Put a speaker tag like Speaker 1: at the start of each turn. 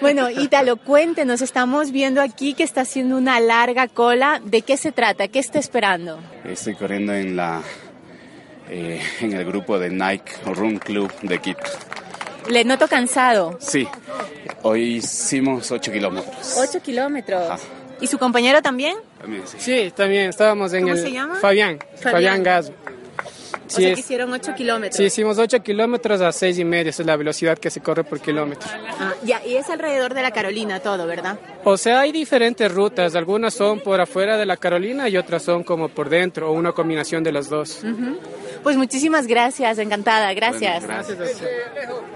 Speaker 1: Bueno, Ítalo, cuéntenos, estamos viendo aquí que está haciendo una larga cola. ¿De qué se trata? ¿Qué está esperando?
Speaker 2: Estoy corriendo en la eh, en el grupo de Nike Run Club de Quito.
Speaker 1: Le noto cansado.
Speaker 2: Sí, hoy hicimos 8 kilómetros.
Speaker 1: 8 kilómetros.
Speaker 2: Ajá.
Speaker 1: ¿Y su compañero también?
Speaker 2: También, sí.
Speaker 3: Sí, también estábamos en
Speaker 1: ¿Cómo
Speaker 3: el
Speaker 1: se llama?
Speaker 3: Fabián,
Speaker 1: Fabián.
Speaker 3: Fabián, Gaso.
Speaker 1: o
Speaker 3: Sí,
Speaker 1: sea,
Speaker 3: es-
Speaker 1: que hicieron 8 kilómetros.
Speaker 3: sí, hicimos 8 kilómetros a 6 y medio, esa es la velocidad que se corre por kilómetro.
Speaker 1: Ah, ya, y es alrededor de la Carolina todo, ¿verdad?
Speaker 3: O sea, hay diferentes rutas, algunas son por afuera de la Carolina y otras son como por dentro, o una combinación de las dos.
Speaker 1: Pues muchísimas gracias, encantada, gracias.
Speaker 2: Bueno, gracias.
Speaker 3: Gracias a usted.